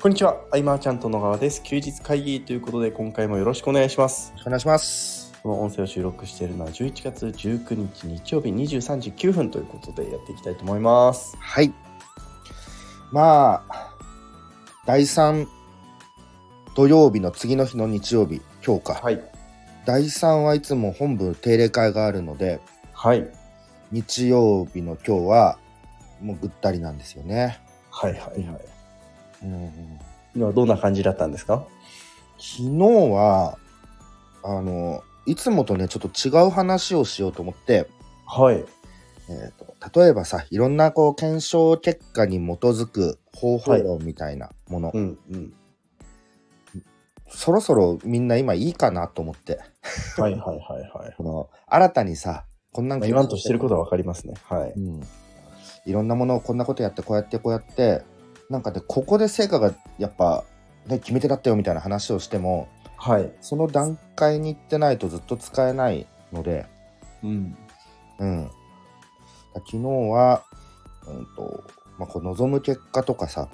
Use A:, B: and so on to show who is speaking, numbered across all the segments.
A: こんにちは、アイマーちゃんと野川です。休日会議ということで、今回もよろしくお願いします。
B: お願いします。
A: この音声を収録しているのは11月19日日曜日23時9分ということでやっていきたいと思います。
B: はい。まあ、第3土曜日の次の日の日曜日、今日か。
A: はい。
B: 第3はいつも本部定例会があるので、
A: はい。
B: 日曜日の今日は、もうぐったりなんですよね。
A: はいはいはい。
B: うん、
A: 今はどんな感じだったんですか
B: 昨日は、あの、いつもとね、ちょっと違う話をしようと思って、
A: はい。
B: えー、と例えばさいろんなこう検証結果に基づく方法論みたいなもの、
A: うんうん。
B: そろそろみんな今いいかなと思って
A: はいはいはいはい。
B: この新たにさこんなん
A: まあ言わんとしてることはわかりますね。はい。
B: うん、いろんなものをこんなことやってこうやってこうやってなんかでここで成果がやっぱ、ね、決め手だったよみたいな話をしても
A: はい。
B: その段階に行ってないとずっと使えないので、
A: うん。
B: うん、だ昨日は、うんとまあ、こう望む結果とかさ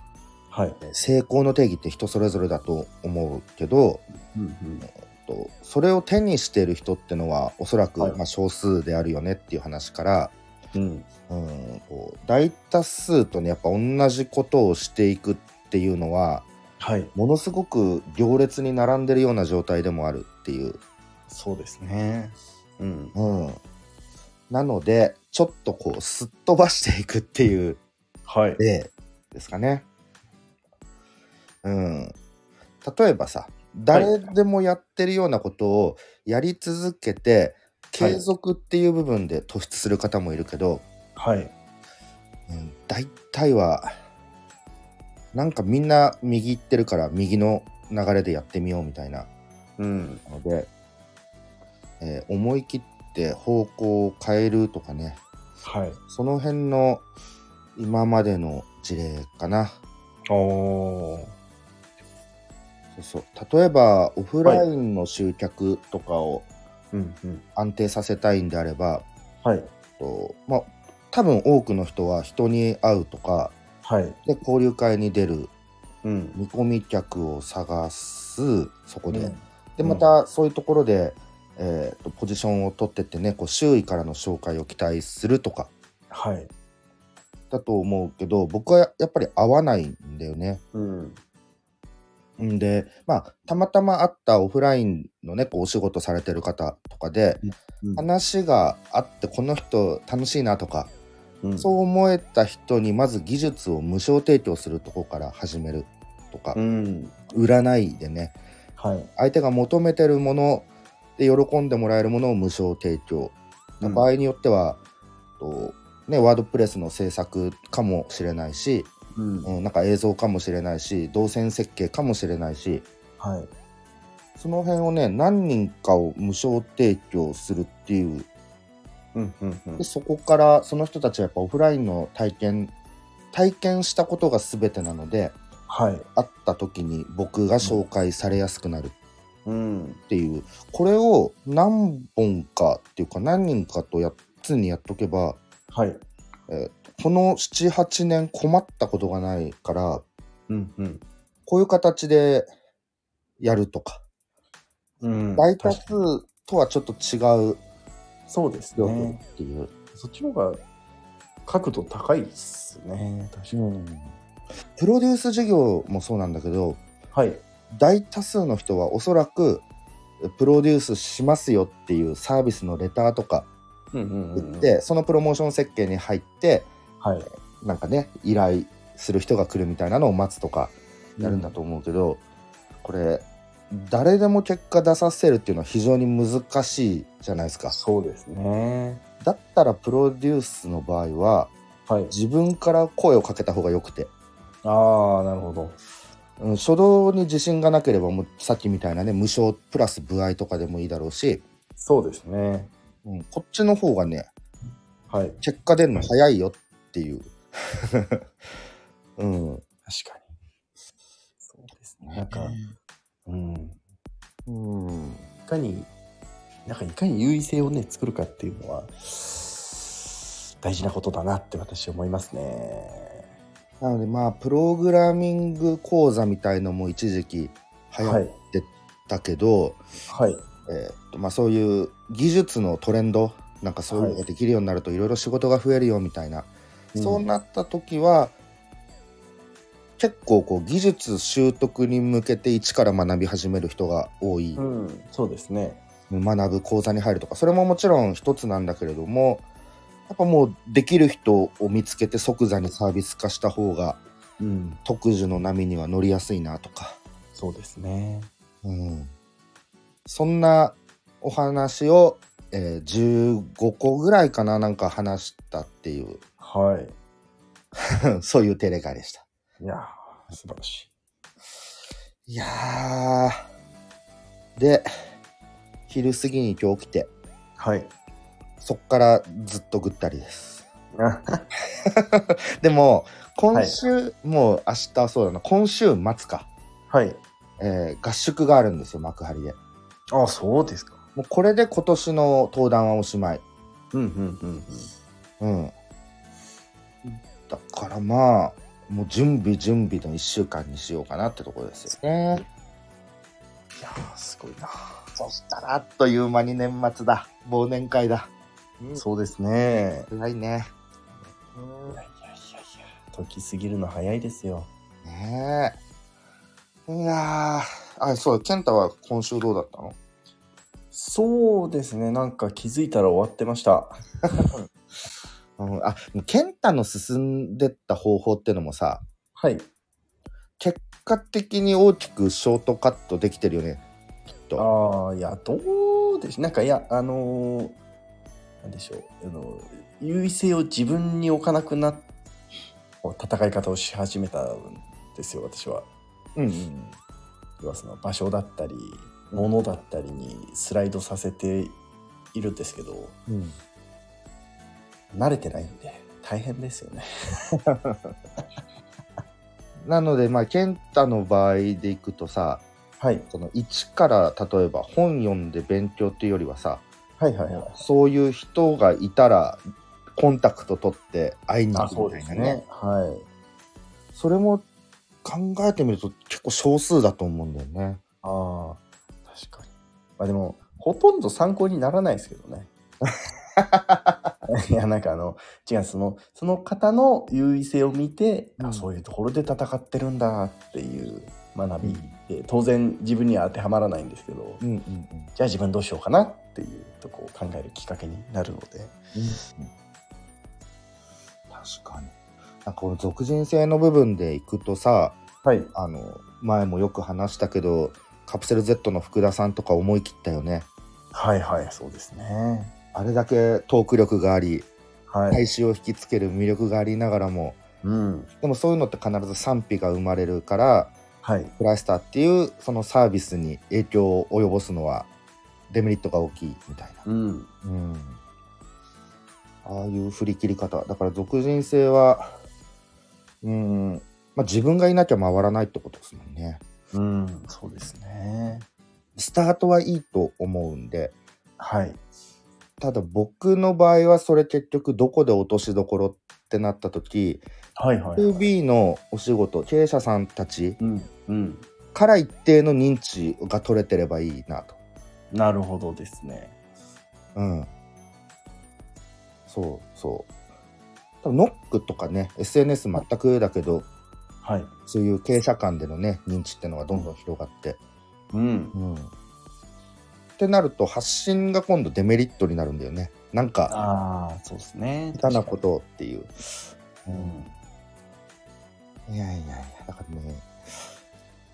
A: はい。
B: 成功の定義って人それぞれだと思うけど
A: うんうん。
B: とそれを手にしている人ってのはおそらく、
A: はい
B: まあ、少数であるよねっていう話から
A: うん。
B: うんこう大多数とねやっぱ同じことをしていくっていうのは
A: はい。
B: ものすごく行列に並んでるような状態でもあるっていう、
A: そうですね。うん。
B: うん、なのでちょっとこうすっ飛ばしていくっていう
A: はい。
B: 例ですかね。うん。例えばさ、誰でもやってるようなことをやり続けて、
A: はい
B: 継続っていう部分で突出する方もいるけど、
A: はい。
B: うん、大体は、なんかみんな右行ってるから右の流れでやってみようみたいな
A: うん。
B: ので、えー思い切って方向を変えるとかね、
A: はい。
B: その辺の今までの事例かな。
A: おー。
B: そうそう例えばオフラインの集客とかを
A: うんうん。
B: 安定させたいんであれば、
A: はい。
B: とまあ、多分多くの人は人に会うとか
A: はい。
B: で交流会に出る
A: うん。
B: 見込み客を探すそこで、
A: うん
B: でまたそういうところで、えーとポジションを取ってってねこう周囲からの紹介を期待するとか
A: はい。
B: だと思うけど僕はやっぱり合わないんだよね。
A: うん。
B: んでまあたまたま会ったオフラインのねこうお仕事されてる方とかで話があってこの人楽しいなとか、
A: うん
B: そう思えた人にまず技術を無償提供するとこから始めるとか
A: う、ん。
B: 占いでね
A: はい。
B: 相手が求めてるもので喜んでもらえるものを無償提供、
A: うん
B: 場合によってはと、ね、ワードプレスの制作かもしれないし、
A: うん
B: うん、なんか映像かもしれないし動線設計かもしれないし
A: はい。
B: その辺をね何人かを無償提供するっていう
A: うんうんうん
B: で。そこからその人たちはやっぱオフラインの体験体験したことが全てなので
A: はい。
B: 会った時に僕が紹介されやすくなる
A: うん。
B: っていう、これを何本かっていうか何人かとやっ常にやっとけば
A: はい。
B: この78年困ったことがないから
A: うんうん。
B: こういう形でやるとか
A: うん
B: 大多
A: 確かに
B: 数とはちょっと違う
A: そうです
B: 量法
A: ね。
B: っていう、
A: そっちの方が角度高いっすね。確かに。
B: プロデュース事業もそうなんだけど、
A: はい。
B: 大多数の人はおそらくプロデュースしますよっていうサービスのレターとか
A: うんうん
B: 売
A: うん。
B: って、そのプロモーション設計に入って
A: はい。
B: なんかね依頼する人が来るみたいなのを待つとかやるんだと思うけど、これ誰でも結果出させるっていうのは非常に難しいじゃないですか
A: そうですね。
B: だったらプロデュースの場合は
A: はい。
B: 自分から声をかけた方がよくて、
A: ああ、なるほど。
B: うん、初動に自信がなければもうさっきみたいなね無償プラス歩合とかでもいいだろうし、
A: そうですね。
B: うん、こっちの方がね
A: はい。
B: 結果出るの早いよっていう、
A: 確かに。
B: うん、
A: そうですね。なんか、うん。
B: うん、
A: いかに、なんかいかに優位性をね、作るかっていうのは、大事なことだなって私思いますね。
B: なのでまあプログラミング講座みたいのも一時期流行
A: は
B: っ
A: い。
B: たけど、
A: はい。
B: えーっとまあ、そういう技術のトレンドなんかそういうのができるようになるといろいろ仕事が増えるよみたいな、そうなった時は結構こう技術習得に向けて一から学び始める人が多い、
A: うん、うん、そうですね。
B: 学ぶ講座に入るとかそれももちろん一つなんだけれどもやっぱもうできる人を見つけて即座にサービス化した方が
A: うん、
B: 特需の波には乗りやすいなとか、
A: そうですね。
B: うん、そんなお話を、えー15個ぐらいかななんか話したっていう
A: は
B: そういうテレカでした
A: い。いやー、素晴らし
B: いやーで昼過ぎに今日起きて
A: い。はい。
B: そっからずっとぐったりです
A: あ
B: でも今週、もう明日そうだな今週末か、
A: はい。
B: えー合宿があるんですよ幕張で
A: あ、そうですか。
B: もうこれで今年の登壇はおしまい
A: うん、うん、うんうん。
B: うん。だからまあ、もう準備準備の1週間にしようかなってところですよね。
A: いやー、すごいな。
B: そしたらあっという間に年末だ。忘年会だ。
A: そうですね。
B: 辛いね。
A: いやいやいやいや、時過ぎるの早いですよ。
B: ねえ。いやー、あ、そうだ、健太は今週どうだったの
A: そうですね。なんか気づいたら終わってました。
B: うん、あ、健太の進んでった方法ってのもさ、
A: はい。
B: 結果的に大きくショートカットできてるよね。
A: ああ、いや、どうでしょう。なんか、いや、あのーなんでしょう。あの、優位性を自分に置かなくなっ、戦い方をし始めたんですよ、私は。
B: うん、うん。
A: 要はその場所だったり、物だったりにスライドさせているんですけど、
B: うん、
A: 慣れてないんで、大変ですよね。
B: なので、まあ、健太の場合でいくとさ、
A: はい。
B: その一から例えば本読んで勉強っていうよりはさ
A: はいはいはい。
B: そういう人がいたらコンタクト取って会いに
A: あ、
B: 行
A: そう
B: く
A: で
B: み
A: す
B: たいなね
A: ね。はい。
B: それも考えてみると結構少数だと思うんだよね
A: ああ、確かに。まあでも、ほとんど参考にならないですけどね。 いや、なんかあの、違う、その、その方の優位性を見て、
B: う
A: あ、
B: ん
A: そういうところで戦ってるんだっていう学び
B: う
A: で、当然自分には当てはまらないんですけど、
B: うんうんうん
A: じゃあ自分どうしようかなっていうとこを考えるきっかけになるので。
B: 確かになんかこの属人性の部分でいくとさ
A: はい。
B: あの前もよく話したけどカプセル Z の福田さんとか思い切ったよね
A: はいはい、そうですね。
B: あれだけトーク力があり
A: はい。
B: 大衆を引きつける魅力がありながらも、
A: うん。
B: でもそういうのって必ず賛否が生まれるから
A: はい。
B: クライスターっていうそのサービスに影響を及ぼすのはデメリットが大きいみたいな、
A: うん。
B: うん、ああいう振り切り方だから俗人性はうん、まあ、自分がいなきゃ回らないってことですもんね
A: うん、そうですね。
B: スタートはいいと思うんで
A: はい。
B: ただ僕の場合はそれ結局どこで落としどころってなった時
A: はいはい、はい。
B: 2B のお仕事経営者さんたち
A: うん。うん。
B: から一定の認知が取れてればいいなと。
A: なるほどですね。
B: うん。そうそう。多分ノックとかね、SNS 全くだけど、
A: はい。
B: そういう経営者間でのね、認知ってのがどんどん広がって。
A: うん。
B: うん。ってなると、発信が今度デメリットになるんだよね。なんか、
A: ああ、そうですね。
B: 下手なことをっていう。
A: と。うん。
B: いやいやいや、だからね、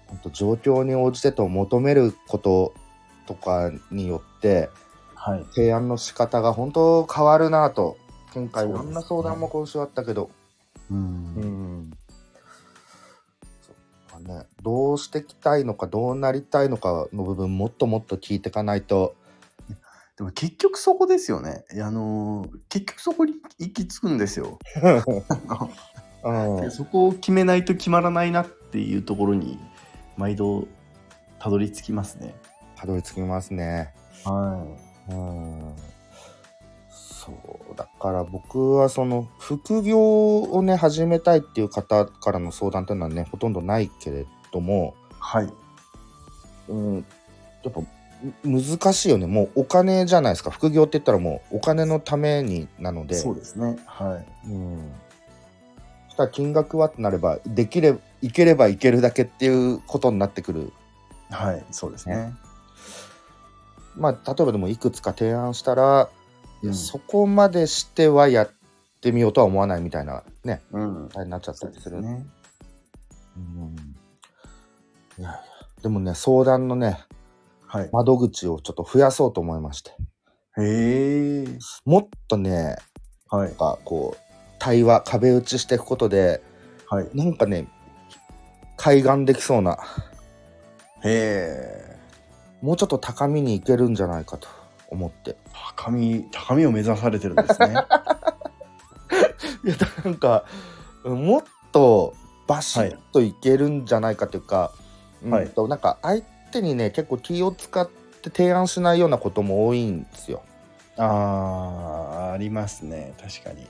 B: 本当状況に応じてと求めることとかによって、
A: はい。
B: 提案の仕方が本当変わるなと今回い
A: そうで
B: ろ
A: すね
B: んな相談も今週あったけど
A: う。
B: うんんそうだねどうしていきたいのかどうなりたいのかの部分もっともっと聞いていかないと
A: でも結局そこですよね。いやあのー結局そこに行き着くんですよ。
B: うん
A: そこを決めないと決まらないなっていうところに毎度たどり着きますね。
B: たどり着きますね
A: は
B: うんそそうだから僕はその副業をね始めたいっていう方からの相談っていうのはねほとんどないけれども、
A: はい。
B: うん、やっぱむ難しいよねもうお金じゃないですか副業って言ったらもうお金のためになので
A: そうですね。はい。
B: うん、そしたら金額はってなればできれいければいけるだけっていうことになってくる
A: はい、そうですね。
B: まあ例えばでもいくつか提案したら、い
A: う
B: や
A: ん
B: そこまでしてはやってみようとは思わないみたいなね
A: うん。
B: あれになっちゃった
A: そう
B: り
A: ですす
B: る
A: ね。
B: うんいやいやでもね相談のね
A: はい。
B: 窓口をちょっと増やそうと思いまして
A: へえ。
B: もっとね
A: はい
B: なん。かこう対話壁打ちしていくことで
A: はい。へ
B: なんかね開眼できそうな
A: え。
B: もうちょっと高みに行けるんじゃないかと思って
A: 高み、高みを目指されてるんですね。
B: いやなんかもっとバシッといけるんじゃないかというか、
A: はい
B: うんとなんか相手にね結構気を使って提案しないようなことも多いんですよ。
A: ああ、ありますね。確かに。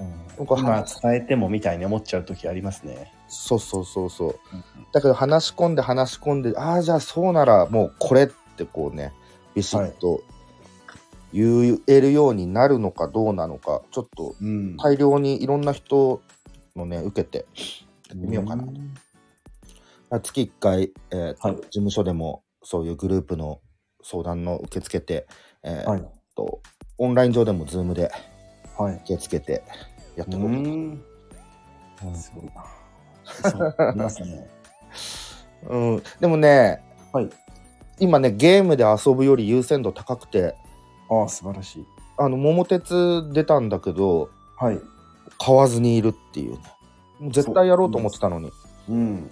A: うん、
B: 僕は
A: 今伝えてもみたいに思っちゃう時ありますね。
B: そうそうそうそう
A: うん
B: だけど話し込んで話し込んでああじゃあそうならもうこれってこうねビシッと言えるようになるのかどうなのかちょっと
A: うん。い。
B: 大量にいろんな人のね受けてやってみようかなと。月1回、えーと
A: はい
B: 事務所でもそういうグループの相談の受け付けて、えー
A: はい。
B: とオンライン上でも Zoom で
A: はい。
B: 受け付けてやっていこう
A: う
B: と
A: ん。すごいな。そう、ありますね。
B: うんでもね、
A: はい
B: 今ねゲームで遊ぶより優先度高くて
A: ああ、素晴らしい。
B: あの桃鉄出たんだけど
A: はい。
B: 買わずにいるっていうねもう絶対やろうと思ってたのに事
A: うん。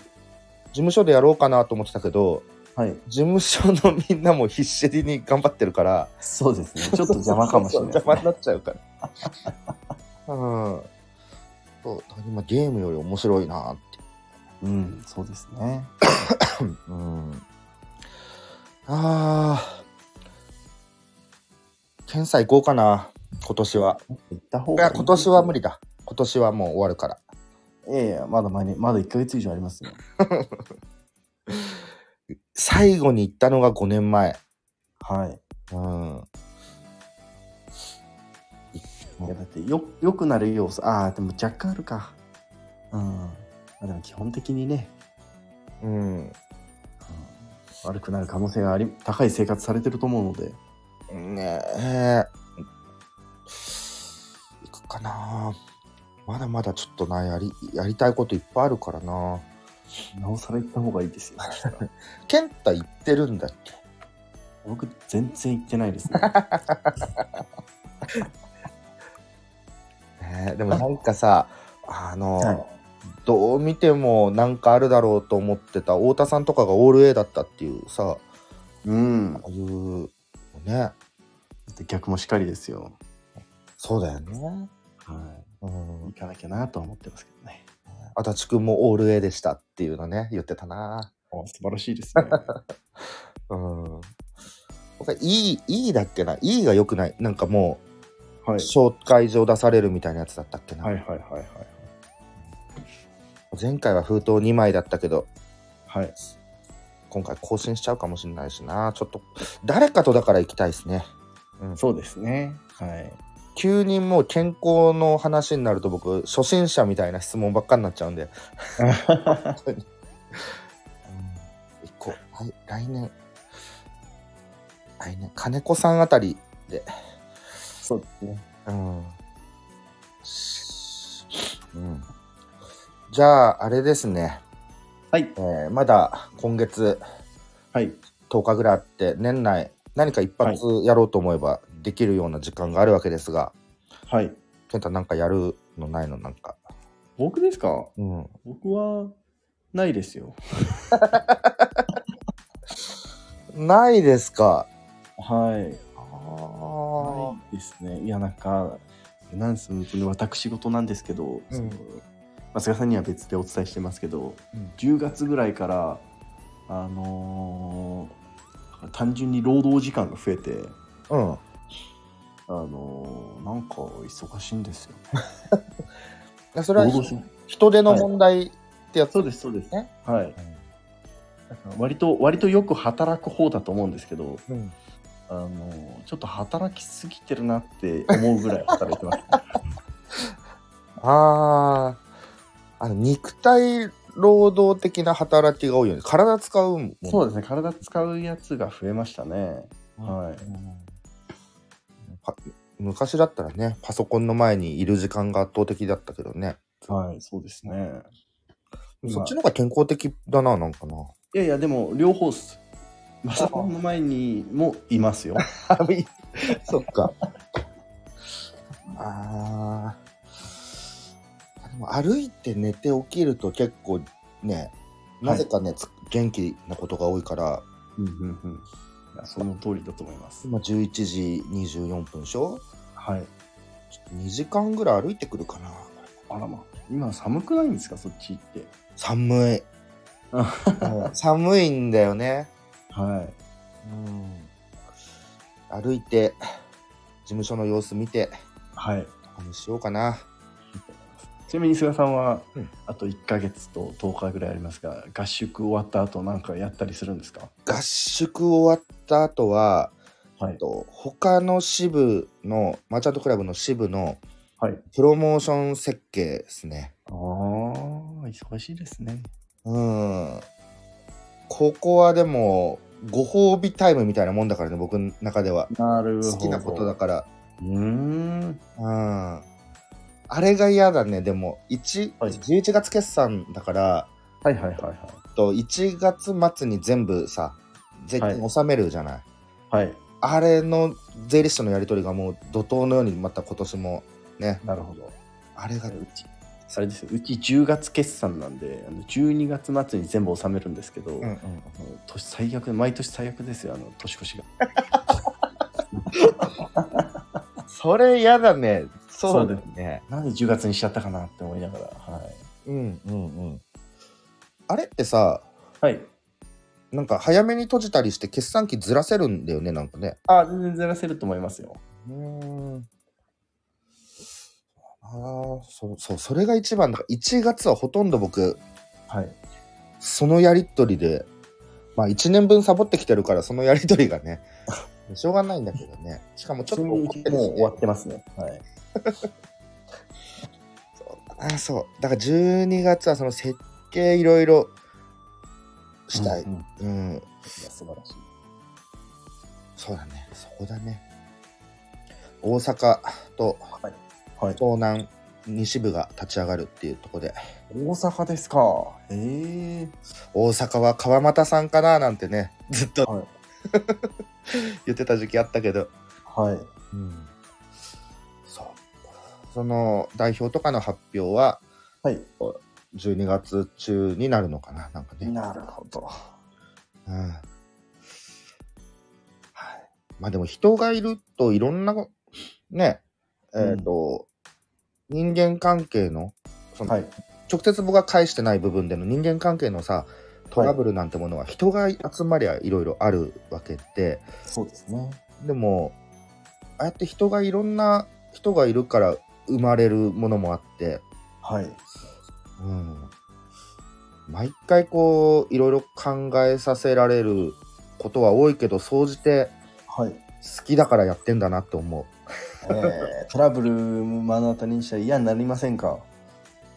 B: 務所でやろうかなと思ってたけど
A: はい。
B: 事務所のみんなも必死に頑張ってるから
A: そうです ね。ちょっと邪魔かもしれないです
B: 邪魔
A: ね。
B: になっちゃうから。うん。そう、今ゲームより面白いなって。
A: うん、そうですね。
B: うん。ああ。検査行こうかな、今年は。
A: 行った方
B: い
A: がい
B: や、
A: い
B: 今年は無理だ。今年はもう終わるから。
A: いやいや、まだ間に、まだ1ヶ月以上ありますよ。
B: 最後に行ったのが5年前。
A: はい。
B: うん。
A: いや、だって、よ、良くなる要素、ああ、でも若干あるか。うん。まあでも基本的にね、
B: うん。
A: うん悪くなる可能性があり、高い生活されてると思うので。
B: ねえ。行くかな。まだまだちょっとな、やり、やりたいこといっぱいあるからな。
A: なおさら行った方がいいですよ。
B: ケンタ行ってるんだっけ
A: 僕、全然行ってないです ね。
B: ねえでもなんかさ、あの、
A: はい
B: どう見てもなんかあるだろうと思ってた太田さんとかがオール A だったっていうさ、あ
A: うん。だ
B: あいう、ね、
A: って逆もしっかりですよ。
B: そうだよね。
A: は
B: うん
A: い。行かなきゃなとは思ってますけどね。
B: 足立くんもオール A でしたっていうのね、言ってたな。
A: あ素晴らしい ですね。
B: うん。僕は E、E だっけな ?E が良くない。なんかも
A: は
B: う、
A: い。
B: 紹介状出されるみたいなやつだったっけな。
A: はいはいはいはい。
B: 前回は封筒2枚だったけど、
A: はい。
B: 今回更新しちゃうかもしれないしな。ちょっと、誰かとだから行きたいですね。うん、
A: そうですね。はい。
B: 急にもう健康の話になると僕、初心者みたいな質問ばっかになっちゃうんで。うん行こう。はい、来年。来年、金子さんあたり
A: そうですね。
B: うん。うん。じゃあ、あれですね。
A: はい
B: え。ーまだ今月
A: はい。
B: 10日ぐらいあって、年内何か一発やろうと思えばできるような時間があるわけですが、
A: はい。
B: 健太なんかやるのないのなんか。
A: 僕ですか
B: うん。
A: 僕は、ないですよ。
B: ないですか。
A: はい。
B: あ
A: な
B: あ。
A: いですね。いや、なんか、なんす本当に私事なんですけど、そのまあ、菅さんには別でお伝えしてますけど、
B: うん
A: 10月ぐらいから、あのー単純に労働時間が増えて、
B: うん。
A: あのなんか忙しいんですよね。
B: でそれは
A: 労働し
B: 人手の問題ってやつ、
A: そうですそうです
B: ね。
A: はい。割と割とよく働く方だと思うんですけど、
B: うんうん
A: あのちょっと働きすぎてるなって思うぐらい働いてます。
B: あーあの肉体労働的な働きが多いよね体使うもん
A: そうですね。体使うやつが増えましたね。はい。
B: パ昔だったらねパソコンの前にいる時間が圧倒的だったけどね
A: はい、そうですね。今
B: そっちの方が健康的だななんかない
A: やいや、でも両方っす。マサコンの前にもいますよ。
B: そっか。ああ。でも歩いて寝て起きると結構ね、なぜかね、つ元気なことが多いから、
A: うんうんうん。いやその通りだと思います。
B: 今11時24分でしょ
A: はい。
B: ちょっと ?2 時間ぐらい歩いてくるかな。
A: あらま。今寒くないんですか、そっち行って。
B: 寒 い。うん寒いんだよね。
A: はい。
B: うん。歩いて、事務所の様子見て、
A: はい。
B: あれしようかな。
A: ちなみに菅さんは、
B: うん
A: あと1ヶ月と10日ぐらいありますが、合宿終わった後なんかやったりするんですか
B: 合宿終わった後は、
A: は
B: えっ
A: い。
B: と他の支部のマーチャントクラブの支部の
A: はい。
B: プロモーション設計ですね
A: ああ、忙しいですね。
B: うんここはでもご褒美タイムみたいなもんだからね僕の中では
A: なるほど。
B: 好きなことだ。から
A: うーん。
B: うんあれが嫌だねでも1、
A: はい
B: 11月決算だから
A: はいはいはいはい。
B: と1月末に全部さ税金納めるじゃない、
A: はい、
B: あれの税理士とのやり取りがもう怒涛のようにまた今年もね
A: なるほど。
B: あれが
A: うち、それですようち10月決算なんで、あの12月末に全部納めるんですけど、
B: うんう
A: もうん年最悪、毎年最悪ですよ、あの年越しが。
B: それ嫌だね。
A: そうだよ
B: ね。
A: なんで10月にしちゃったかなって思いながら、はい。
B: うんうんうん。あれってさ、
A: はい、
B: なんか早めに閉じたりして決算期ずらせるんだよね、なんかね。
A: あ全然ずらせると思いますよ。
B: うん。ああ、そうそう、それが一番だから、1月はほとんど僕、
A: はい、
B: そのやりとりで、まあ1年分サボってきてるから、そのやりとりがね、 しょうがないんだけどね。しかもちょっと
A: もう
B: 怒ってるしね
A: 終わってますね。はい、
B: あそう。だから12月はその設計いろいろしたい。
A: うんうんい
B: うん、
A: や素晴らしい。
B: そうだね、そこだね。大阪と
A: はい、
B: 東南西部が立ち上がるっていうところで、
A: 大阪ですか。ええ
B: 大阪は川又さんかななんてね、ずっと
A: はい
B: 言ってた時期あったけど、
A: はい。
B: そう。その代表とかの発表は
A: はい。
B: 12月中になるのかな、なんかね。
A: なるほど。
B: うんはい、まあでも人がいるといろんなこねえっ、と、人間関係のその、
A: はい。
B: 直接僕が返してない部分での人間関係のさトラブルなんてものは人が集まりゃいろいろあるわけで
A: そうですね。
B: でもああやって人がいろんな人がいるから生まれるものもあって、
A: はい。
B: うん、毎回こういろいろ考えさせられることは多いけど総じて
A: はい。
B: 好きだからやってんだなって思
A: えートラブル目の当たりにしたら嫌になりませんか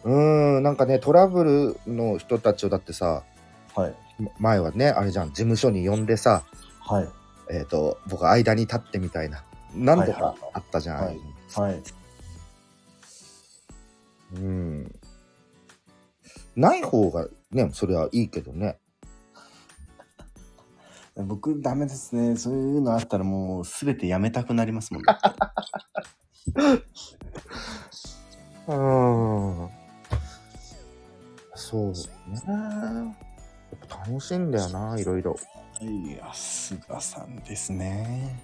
B: ううんなんかねトラブルの人たちをだってさ
A: はい。
B: 前はねあれじゃん事務所に呼んでさ、
A: はい。
B: えー、と僕間に立ってみたいな何度
A: はいは
B: か
A: いはい
B: あったじゃん、
A: はいはい。
B: うんない方がねそれはいいけどね
A: 僕、ダメですね。そういうのあったらもう、すべてやめたくなりますもんね。
B: うんそうねやっぱ楽しいんだよないろいろ
A: いや、菅さんですね。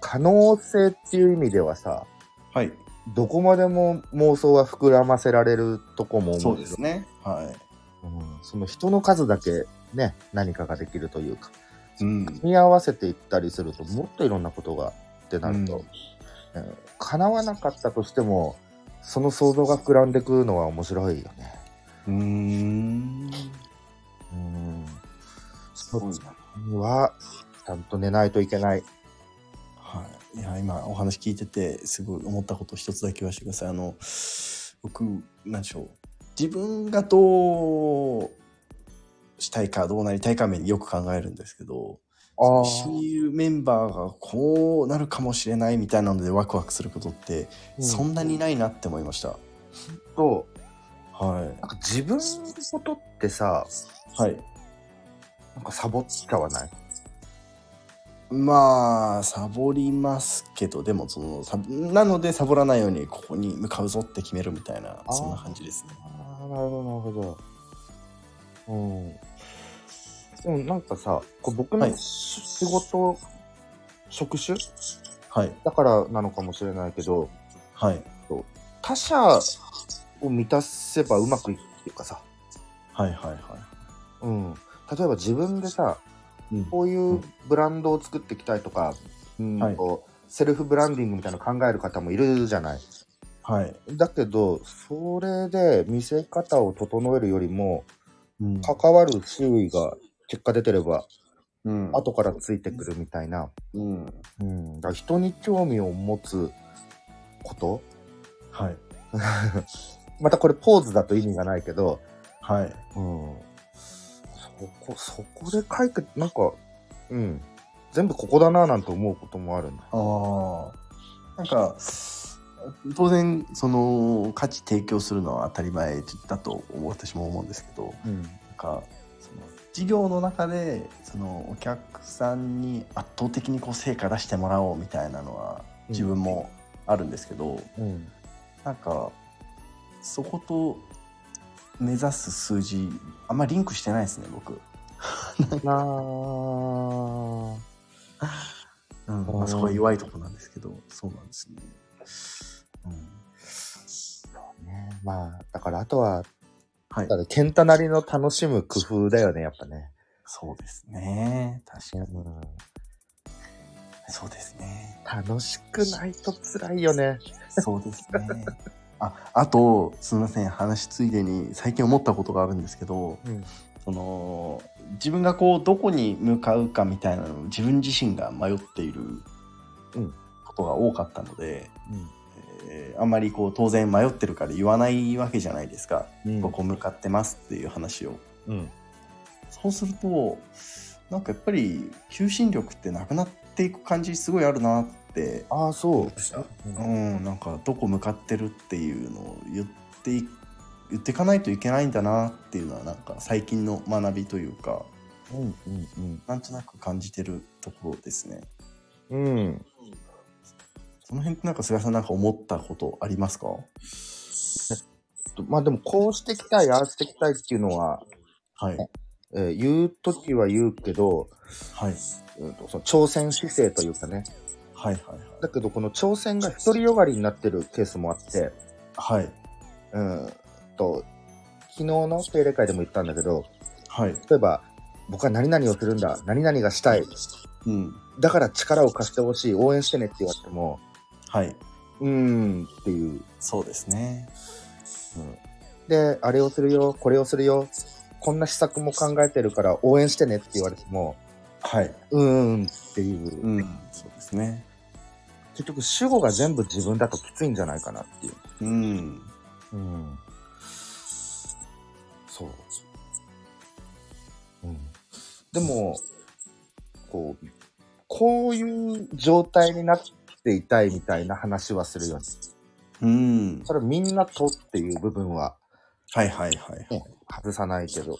B: 可能性っていう意味ではさ
A: はい。
B: どこまでも妄想は膨らませられるとこも
A: そ
B: 思
A: うですね。は
B: うん、その人の数だけね何かができるというか
A: い。うん。
B: 組み合わせていったりするともっといろんなことがってなると、うん叶わなかったとしてもその想像が膨らんでくるのは面白いよね。
A: うーん。
B: うん
A: すごいな。
B: はちゃんと寝ないといけない。
A: はい。いや、今お話聞いてて、すごい思ったこと一つだけ言わせてください。あの、僕、なんでしょう。自分がどうしたいか、どうなりたいか面によく考えるんですけど、
B: あ
A: 親友メンバーがこうなるかもしれないみたいなのでワクワクすることって、そんなにないなって思いました。
B: と
A: はい。
B: なんか自分のことってさ
A: はい。
B: なんかサボっちゃわない
A: まあ、サボりますけど、でも、その、サボなので、サボらないように、ここに向かうぞって決めるみたいな、
B: ー
A: そんな感じですね。
B: ああなるほどなるほど。うん。でもなんかさこう僕の
A: はい
B: し仕事、職種
A: はい。
B: だからなのかもしれないけど
A: はい。
B: 他者を満たせばうまくいくっていうかさ、
A: はい、はい、は
B: うん、例えば自分でさ
A: い。うん。
B: こういうブランドを作っていきたいとか、うん
A: はい
B: こうセルフブランディングみたいなの考える方もいるじゃない。
A: はい。
B: だけどそれで見せ方を整えるよりも
A: うん。
B: 関わる周囲が結果出てれば
A: うん
B: 後からついてくるみたいな、
A: うん。
B: うん、だから人に興味を持つこと
A: はい。
B: またこれポーズだと意味がないけど、
A: はい。
B: うん、そこそこで解決なんか、うん、全部ここだなぁなんて思うこともあるんだよ。
A: ああ。なんか、当然、その、価値提供するのは当たり前だと思う、私も思うんですけど、
B: うん
A: なんかその事業の中でそのお客さんに圧倒的にこう成果出してもらおうみたいなのは
B: うん
A: 自分もあるんですけど、
B: うん
A: なんかそこと目指す数字あんまリンクしてないですね僕、
B: なあ
A: うん
B: ー
A: まあ、そこは弱いとこなんですけどそうなんですね、うん、
B: ねまあだからあとは
A: はい
B: だから健太なりの楽しむ工夫だよねやっぱね。
A: そうですね確かに
B: うん
A: そうですね
B: 楽しくないと辛いよね。
A: そうですねああとすみません話ついでに最近思ったことがあるんですけど、
B: うん
A: その自分がこうどこに向かうかみたいなのを自分自身が迷っている
B: うん
A: ことが多かったので、えーあんまりこう当然迷ってるから言わないわけじゃないですか、
B: うん
A: ここ向かってますっていう話を
B: うん
A: そうするとなんかやっぱり求心力ってなくなっていく感じすごいあるなって
B: ああそう。う
A: うんん、なんかどこ向かってるっていうのを言ってい言っていかないといけないんだなっていうのはなんか最近の学びというか
B: うんうん
A: なんとなく感じてるところですね。
B: うんうん。
A: その辺ってなんか菅さんなんか思ったことありますか？
B: まあでもこうしていきたいああしていきたいっていうのは、
A: はい
B: えー言うときは言うけど、
A: はい
B: うん、とその挑戦姿勢というかね
A: はいはい
B: だけどこの挑戦が独りよがりになってるケースもあって、
A: はいはい
B: うん、と昨日の定例会でも言ったんだけど
A: はい
B: 例えば僕は何々をするんだ何々がしたい
A: うん
B: だから力を貸してほしい応援してねって言われても
A: はい
B: うんーんっていう、
A: そうですね
B: うん、であれをするよこれをするよこんな施策も考えてるから応援してねって言われても
A: はい
B: うんーんっていう、
A: うんそうですね
B: 結局主語が全部自分だときついんじゃないかなっていう。
A: うん
B: うん。そう。うん。でも、こう、こういう状態になっていたいみたいな話はするように。
A: うん
B: それみんなとっていう部分は
A: はいはいはいはい
B: 外さないけど。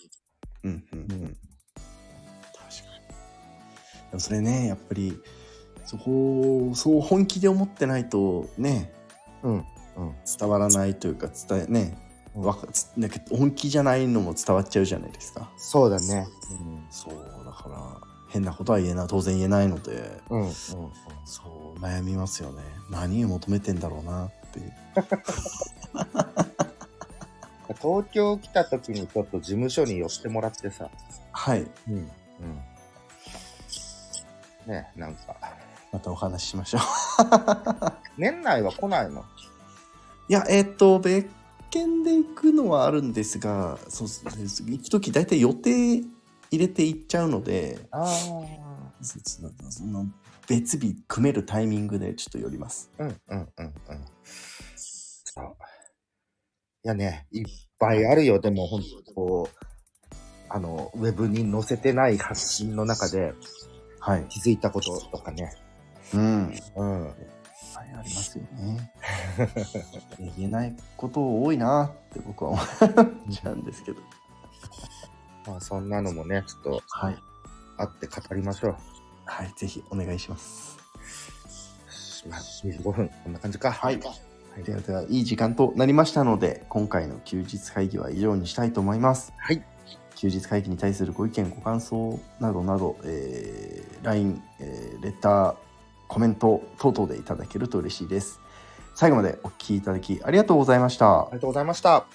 A: うんうんうん確かにでもそれねやっぱりそこをそう本気で思ってないとね
B: うん。うん。
A: 伝わらないというか伝えねわかつなんか本気じゃないのも伝わっちゃうじゃないですか。
B: そうだね。
A: そうだから変なことは言えない当然言えないので
B: うん。うん。うん。
A: そう悩みますよね何を求めてんだろうなっていう
B: 東京来た時にちょっと事務所に寄ってもらってさ。
A: はい
B: うん。うん。ねなんか、
A: またお話ししましょう。
B: 年内は来ないの
A: いや、えっ、と、別件で行くのはあるんですが、そうです行くとき大体予定入れて行っちゃうので、
B: あ
A: そそその別日組めるタイミングでちょっと寄ります。
B: あうんうんうんうんそういやねいっぱいあるよでも本当こうあのウェブに載せてない発信の中で
A: はい。
B: 気づいたこととかね
A: うん。いっ
B: うん
A: ぱいありますよね。 言えないこと多いなって僕は思っちゃうんですけど。
B: まあそんなのもねちょっと
A: はい。
B: 会って語りましょう
A: はい、ぜひお願いします。
B: まあ25分こんな感じか
A: はいではでは、いい時間となりましたので、今回の休日会議は以上にしたいと思います。
B: はい
A: 休日会議に対するご意見、ご感想などなど、えー LINE、えーレター、コメント等々でいただけると嬉しいです。最後までお聞きいただきありがとうございました。
B: ありがとうございました。